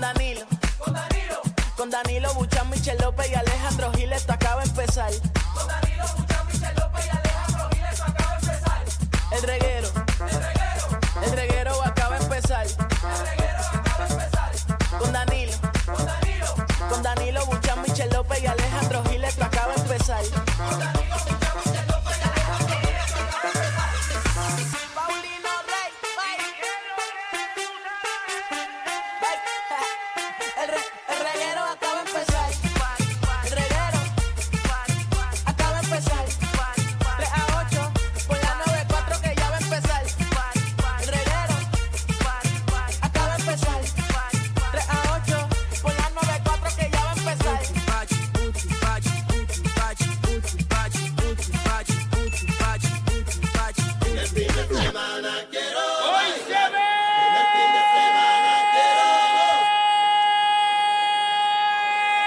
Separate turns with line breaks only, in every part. Danilo. Con Danilo. Con Danilo Buchan, Michel López y Alejandro Gil, esto acaba de empezar. Con Danilo Buchan, Michel López y Alejandro Gil, esto acaba de empezar. El reguero. El reguero. El reguero acaba de empezar. El reguero acaba de empezar. Con Danilo. Con Danilo. Con Danilo Buchan, Michel López y Alejandro Gil, esto acaba de empezar. Con Danilo Buchan, Michel López y Alejandro Gil, esto acaba de empezar. Paulino Rey. El, re- el reguero acaba de empezar. El reguero acaba de empezar. 3 a 8 por la 94 que ya va a empezar. El reguero acaba de empezar. 3 a 8 por la 94 que ya va a empezar.
Hoy se ve.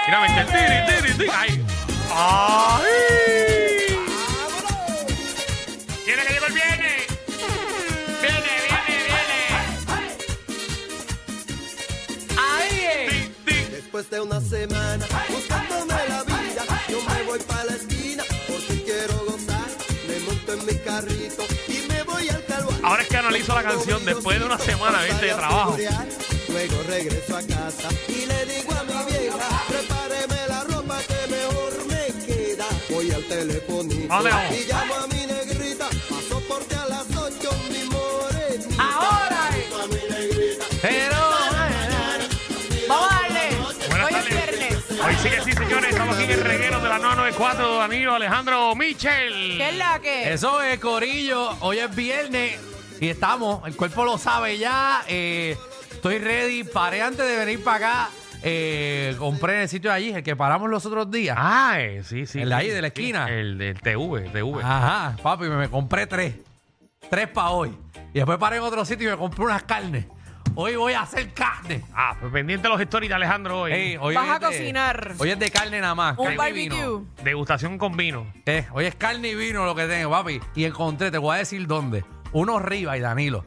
Mira, me encanta el tiri, tiri, tiri. Ay. Ay. Viene que llegó el viernes. Viene, viene, viene.
eh.
Ay.
Después de una semana buscándome la vida, yo me voy para la esquina porque quiero gozar. Me monto en mi carrito y me voy al calvario.
Ahora es que analizo la canción después de una semana, viste, de trabajo.
Luego regreso a casa y le digo a mi vieja, prepáreme la ropa que mejor me queda. Voy al telefonito
Vale, vamos.
y llamo a mi negrita, paso por ti a las ocho, mi morenita.
Ah,
Ahora
Pero.
vamos a darle.
Buenas
Hoy es
tardes.
viernes.
Hoy sí que sí, señores. Estamos aquí en el reguero de la 994, Danilo Alejandro Michel.
¿Qué es la que?
Eso es, Corillo. Hoy es viernes y estamos. El cuerpo lo sabe ya. Eh, estoy ready. Paré antes de venir para acá. Eh, compré en el sitio de allí, el que paramos los otros días.
Ah, eh, sí, sí.
El de ahí,
sí,
de la
sí.
esquina.
El del TV, TV.
Ajá, papi, me, me compré tres. Tres para hoy. Y después paré en otro sitio y me compré unas carnes. Hoy voy a hacer carne.
Ah, pues pendiente de los stories de Alejandro hoy.
Ey, hoy
Vas
es
a
de-
cocinar.
Hoy es de carne nada más.
Un
carne y vino.
barbecue.
Degustación con vino.
Eh, hoy es carne y vino lo que tengo, papi. Y encontré, te voy a decir dónde. Uno arriba y Danilo.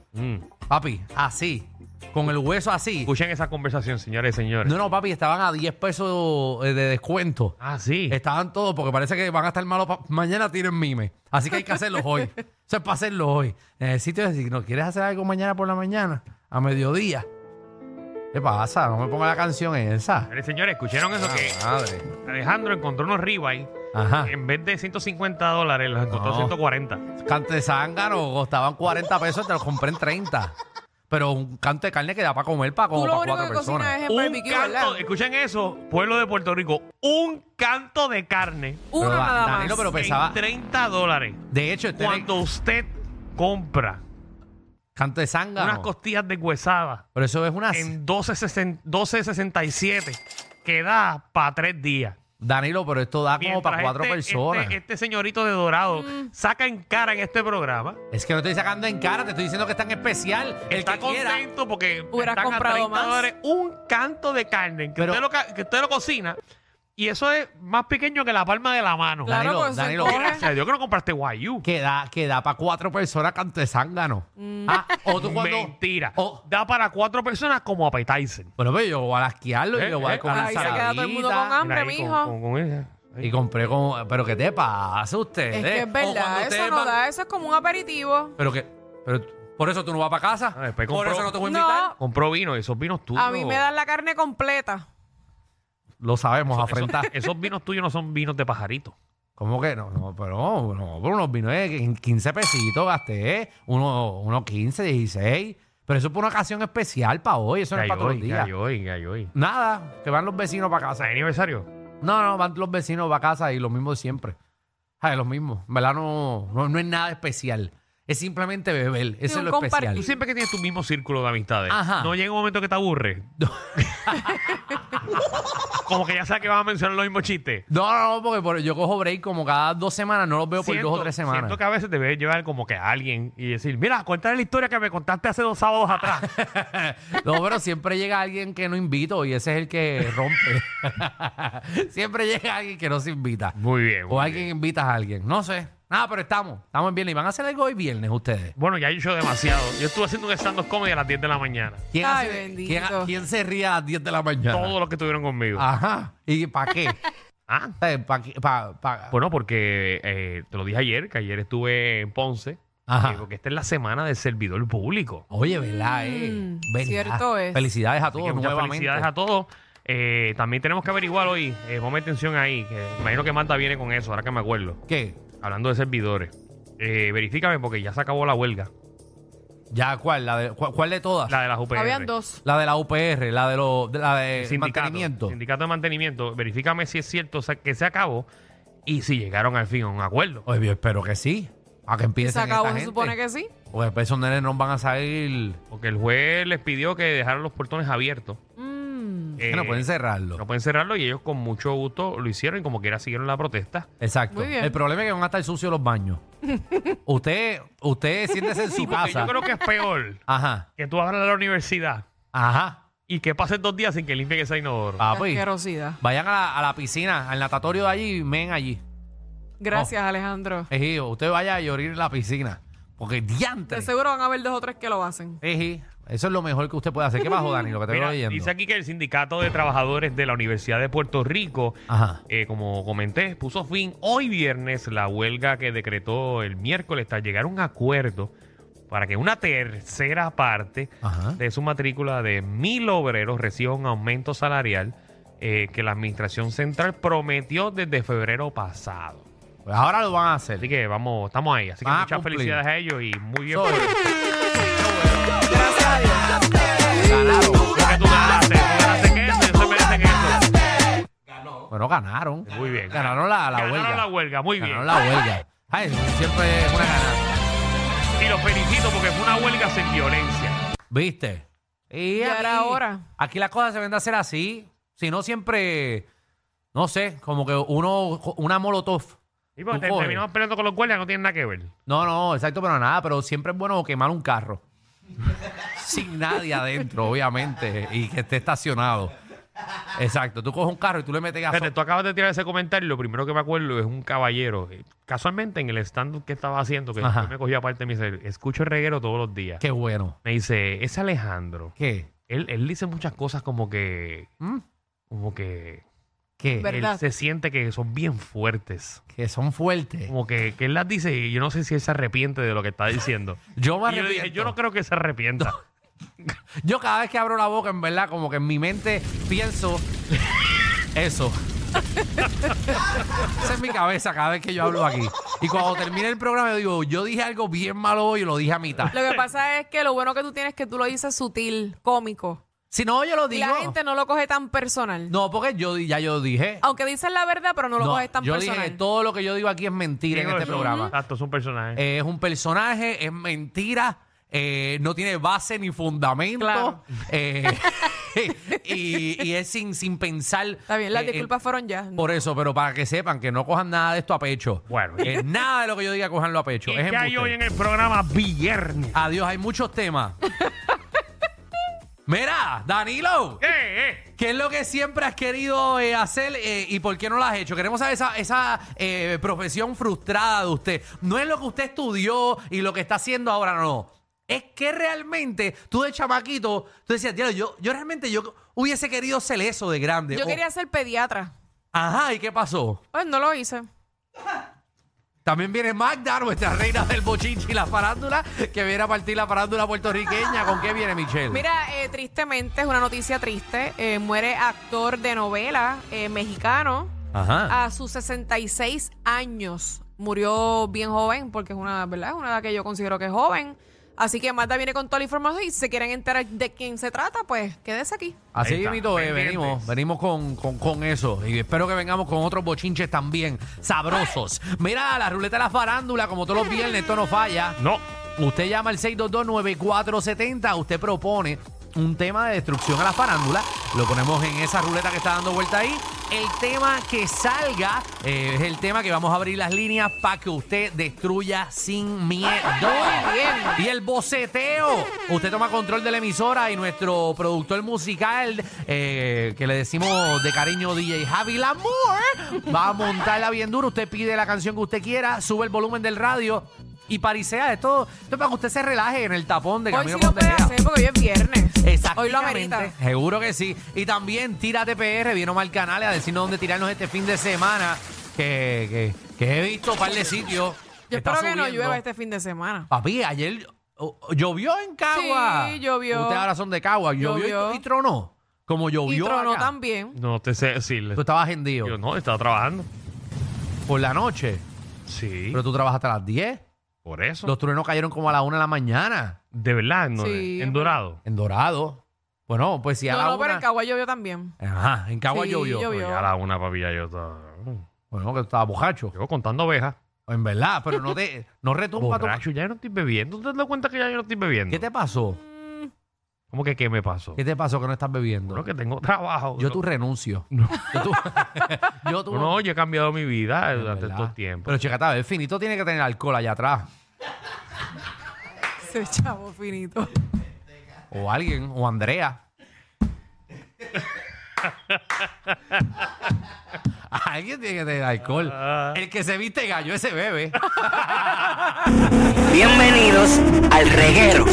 Papi, así. Con el hueso así.
Escuchen esa conversación, señores y señores.
No, no, papi, estaban a 10 pesos eh, de descuento.
Ah, sí.
Estaban todos porque parece que van a estar malos. pa- Mañana tienen mime. Así que hay que hacerlos hoy. Eso es para hacerlo hoy. En el sitio de decir, ¿no quieres hacer algo mañana por la mañana? A mediodía. ¿Qué pasa? No me ponga la canción esa.
Señores, señores, escucharon eso que
Ah, madre.
Alejandro encontró unos ribeye.
Ajá.
En vez de 150 dólares, los encontró
No.
140.
Cante de zángano costaban 40 pesos, te los compré en 30. Pero un canto de carne que da para comer para como
Tú lo
para
único que
cuatro
cocinas
personas.
es en
Un
barbecue,
canto,
¿verdad?
escuchen eso, pueblo de Puerto Rico, un canto de carne
Uno
Pero,
nada más.
Danilo, pero pensaba.
en 30 dólares.
De hecho, este
Cuando usted compra
canto de
unas
zángano.
costillas de huesada
Pero eso es una.
en 12.60 12.67 que da para tres días.
Danilo, pero esto da como
Mientras
para cuatro
este-
personas.
Este, este señorito de Dorado
Mm.
saca en cara en este programa.
Es que no estoy sacando en cara, te estoy diciendo que es tan especial. El
está
que quiera.
contento porque
Hubiera
están a
comprado
30
más.
dólares un canto de carne que,
Pero-
usted lo, ca- que usted lo cocina y eso es más pequeño que la palma de la mano.
Claro,
Danilo,
porque se
Danilo.
encoge.
Gracias a Dios que no compraste guayú.
Que da, que da para cuatro personas canto de zángano.
Mm.
Ah, o tú cuando. Oh.
Mentira.
o-
Da para cuatro personas como appetizer.
bueno, pero yo voy a lasquearlo
Eh,
y lo voy a
eh,
dar con una
ahí se queda todo el mundo
ensaladita.
con hambre. Hombre,
Mira ahí con-
mijo.
con- con ella. Ahí.
Y compré con. Pero ¿qué te pasa a ustedes?
Es que es
O cuando
verdad,
ustedes
eso no
van-
da, eso es como un aperitivo.
Pero que. Pero, por eso tú no vas para casa.
Ah, después
por
compró-
eso no te voy a
No.
invitar.
Compró vino, esos vinos tuyos.
A mí me dan la carne completa.
Lo sabemos,
esos,
afrentar.
esos vinos tuyos no son vinos de pajarito.
¿Cómo que no? No, pero no, no, por unos vinos de 15 pesitos gasté. eh. Uno, unos 15, 16. Pero eso es por una ocasión especial para hoy. Eso no es para todos los
Galloy,
días.
galloy, galloy.
Nada, que van los vecinos para
O sea,
casa.
aniversario.
No, no, van los vecinos para casa y lo mismo de siempre. Ay, lo mismo. En verdad no, no, no es nada especial. Es simplemente beber. Eso es
un
lo especial.
Tú
compartir.
siempre que tienes tu mismo círculo de amistades,
Ajá.
no llega un momento que te aburre. Como que ya sabes que vas a mencionar los mismos chistes.
No, no, no, porque por- yo cojo break como cada dos semanas. No los veo por
Siento-
dos o tres semanas.
Siento que a veces te debes llevar como que a alguien y decir, mira, cuéntale la historia que me contaste hace dos sábados atrás.
No, pero siempre llega alguien que no invito y ese es el que rompe. siempre llega alguien que no se invita.
muy bien.
O
muy
alguien
bien.
invita a alguien. No sé. Nada, pero estamos. Estamos en viernes. ¿Y van a hacer algo hoy viernes ustedes?
Bueno, ya he hecho demasiado. Yo estuve haciendo un stand-up comedy a las 10 de la mañana.
¿Quién,
Ay,
hace-
bendito.
¿quién, ha- quién se ríe a las 10 de la mañana?
Todos los que estuvieron conmigo.
Ajá. ¿Y para qué?
Ah,
¿Para qué? Pa- pa-
bueno, porque eh, te lo dije ayer, que ayer estuve en Ponce.
Ajá.
eh, Porque esta es la semana del servidor público.
Oye, ¿verdad? eh?
Mm,
¿Verdad?
cierto es.
Felicidades a
Así que
todos
muchas
nuevamente.
felicidades a todos. Eh, también tenemos que averiguar hoy, eh, ponme atención ahí, que imagino que Marta viene con eso, ahora que me acuerdo.
¿Qué?
Hablando de servidores, eh, verifícame porque ya se acabó la huelga,
¿Ya cuál? ¿La de, cu- ¿Cuál de todas?
la de las UPR.
Habían dos.
La de la UPR, la de, lo, de la de
El sindicato,
Eh, mantenimiento.
Sindicato de mantenimiento, verifícame si es cierto o sea, que se acabó y si llegaron al fin a un acuerdo.
Oye, yo espero que sí. A que empiecen
Se acabó,
esta
se
gente.
supone que sí.
Porque después esos nenes no van a salir...
Porque el juez les pidió que dejaran los portones abiertos.
Mm,
Eh,
que no pueden cerrarlo.
No pueden cerrarlo y ellos con mucho gusto lo hicieron y como quiera siguieron la protesta.
Exacto.
Muy bien.
El problema es que van a estar sucios los baños. usted, usted siéntese en su
Porque
casa.
yo creo que es peor
Ajá,
que tú abras la universidad
ajá.
y que pasen dos días sin que limpien ese inodoro.
qué
Papi,
asquerosidad.
vayan a la, a la piscina, al natatorio de allí y men allí.
Gracias, Alejandro.
Ejí, usted vaya a llorar en la piscina. Porque diantre.
De seguro van a haber dos o tres que lo hacen.
Ejí, eso es lo mejor que usted puede hacer. ¿Qué bajo, Dani? Lo que te
Mira,
veo leyendo.
dice aquí que el sindicato de trabajadores de la Universidad de Puerto Rico,
Ajá.
eh, como comenté, puso fin hoy viernes la huelga que decretó el miércoles tras llegar a un acuerdo para que una tercera parte
Ajá.
de su matrícula de mil obreros reciba un aumento salarial eh, que la administración central prometió desde febrero pasado.
Pues ahora lo van a hacer.
Así que vamos, estamos ahí. Así que
Van a
muchas
cumplir.
felicidades a ellos y muy bien.
Sorry.
por-
Gracias a Dios.
Ganaron.
Porque tú ganaste, tú ganaste que este. esto, ellos se merecen esto.
Bueno, ganaron.
Muy bien.
Ganaron la, la
Ganaron
huelga.
la huelga, muy bien.
Ganaron la huelga. Ay, siempre es una ganada.
Y los felicito porque fue una huelga sin violencia.
¿Viste? Y
Ya era hora.
Aquí las cosas se ven a hacer así. Si no, siempre. No sé, como que uno. Una molotov.
Y pues,
Tú
te-
coges.
terminamos peleando con los guardias, no tiene nada que ver.
No, no, exacto, pero nada, pero siempre es bueno quemar un carro. Sin nadie adentro, obviamente, y que esté estacionado. Exacto, tú coges un carro y tú le metes
Fíjate,
gasolina.
tú acabas de tirar ese comentario, lo primero que me acuerdo es un caballero. eh, Casualmente en el stand que estaba haciendo, que
Ajá.
él me cogió aparte, me dice, escucho el reguero todos los días.
Qué bueno.
Me dice, es Alejandro.
¿Qué?
Él, él dice muchas cosas como que,
¿Mm?
como que
¿Qué?
Ver-
él
¿Verdad?
se siente que son bien fuertes.
Que son fuertes.
Como que, que él las dice y yo no sé si él se arrepiente de lo que está diciendo.
Yo me
Y yo le dije,
arrepiento.
yo no creo que se arrepienta.
Yo cada vez que abro la boca, en verdad, como que en mi mente pienso eso. Esa es mi cabeza cada vez que yo hablo aquí. Y cuando termine el programa, yo digo, yo dije algo bien malo hoy y lo dije a mitad.
Lo que pasa es que lo bueno que tú tienes es que tú lo dices sutil, cómico.
Si no, yo lo
Y
digo.
la gente no lo coge tan personal.
No, porque yo di- ya yo dije.
Aunque dices la verdad, pero no lo
No,
coges tan
yo
personal.
dije, todo lo que yo digo aquí es mentira en
Digo,
este
es-
programa.
Exacto, es un personaje.
Eh, es un personaje, es mentira, eh, no tiene base ni fundamento.
Claro.
eh, y, y es sin, sin pensar.
Está bien, las
eh, eh,
disculpas fueron ya.
por eso, pero para que sepan que no cojan nada de esto a pecho.
Bueno.
Eh, nada de lo que yo diga cojanlo a pecho.
¿Y
Es
qué hay
embuste.
hoy en el programa viernes?
Adiós, hay muchos temas. Mira, Danilo.
Eh, eh.
¿Qué es lo que siempre has querido eh, hacer eh, y por qué no lo has hecho? Queremos saber esa, esa eh, profesión frustrada de usted. No es lo que usted estudió y lo que está haciendo ahora, no. Es que realmente tú de chamaquito, tú decías, "Diablo, yo, yo realmente yo hubiese querido ser eso de grande.
Yo
O-
quería ser pediatra.
Ajá, ¿y qué pasó?
Pues no lo hice.
También viene Magda, nuestra reina del bochinchi y la farándula, que viene a partir la farándula puertorriqueña. ¿Con qué viene Michelle?
Mira, eh, tristemente es una noticia triste. eh, muere actor de novela eh, mexicano
Ajá.
a sus 66 años. Murió bien joven, porque es una, ¿verdad? Es una edad que yo considero que es joven. Así que Marta viene con toda la información y si se quieren enterar de quién se trata, pues quédese aquí.
Así
Ahí está,
mismo eh,
pendientes.
venimos, venimos con, con- con eso. Y espero que vengamos con otros bochinches también sabrosos. Mira, la ruleta de la farándula, como todos los viernes, esto no falla.
No.
Usted llama al 622-9470, usted propone un tema de destrucción a la farándula, lo ponemos en esa ruleta que está dando vuelta ahí El tema que salga eh, es el tema que vamos a abrir las líneas para que usted destruya sin miedo. Y el boceteo. Usted toma control de la emisora y nuestro productor musical, eh, que le decimos de cariño DJ Javi Lamour, va a montarla bien duro. Usted pide la canción que usted quiera, sube el volumen del radio y parisea. Esto, esto es para que usted se relaje en el tapón de
Hoy sí
camino
lo
por donde
puedes
sea.
hacer porque hoy es viernes.
Exactamente.
Hoy lo amerita.
Seguro que sí. Y también tírate PR, vino mal canales a decirnos dónde tirarnos este fin de semana. Que, que- que he visto un par de sitios.
Yo
Está
espero que no
subiendo.
llueva este fin de semana.
Papi, ayer oh, oh, llovió en Cagua.
Sí, llovió.
Ustedes ahora son de Cagua. Llovió, y-
Llovió.
Y, tronó. Como
Y
llovió.
tronó
acá.
también.
No te sé decirle.
Tú estabas hendido
Yo no, estaba trabajando.
por la noche.
Sí.
Pero tú trabajas hasta las 10.
por eso.
Los truenos cayeron como a la 1 de la mañana
de verdad, no,
Sí.
en dorado.
en Dorado. Bueno, pues si a
No,
la
no, pero
una-
en Cagua llovió también.
Ajá, en Cagua
Sí,
llovió.
llovió.
Pero ya a la una, papi, ya yo estaba. mm,
Bueno, que tú estabas bojacho.
Yo contando ovejas.
En verdad, pero no te no retumba tu...
Borracho, ya yo no estoy bebiendo. ¿Tú te das cuenta que ya yo no estoy bebiendo?
¿Qué te pasó?
¿Cómo que qué me pasó?
¿Qué te pasó que no estás bebiendo?
Bueno, que tengo trabajo.
Yo
No,
tu renuncio. Yo tu... yo tu...
No, yo he cambiado mi vida
En
durante
verdad.
estos tiempos.
Pero chécate, a ver, finito tiene que tener alcohol allá atrás.
Ese chavo finito.
O alguien, o Andrea. alguien tiene que tener alcohol.
Ah.
El que se viste gallo, ese bebe.
Bienvenidos al reguero.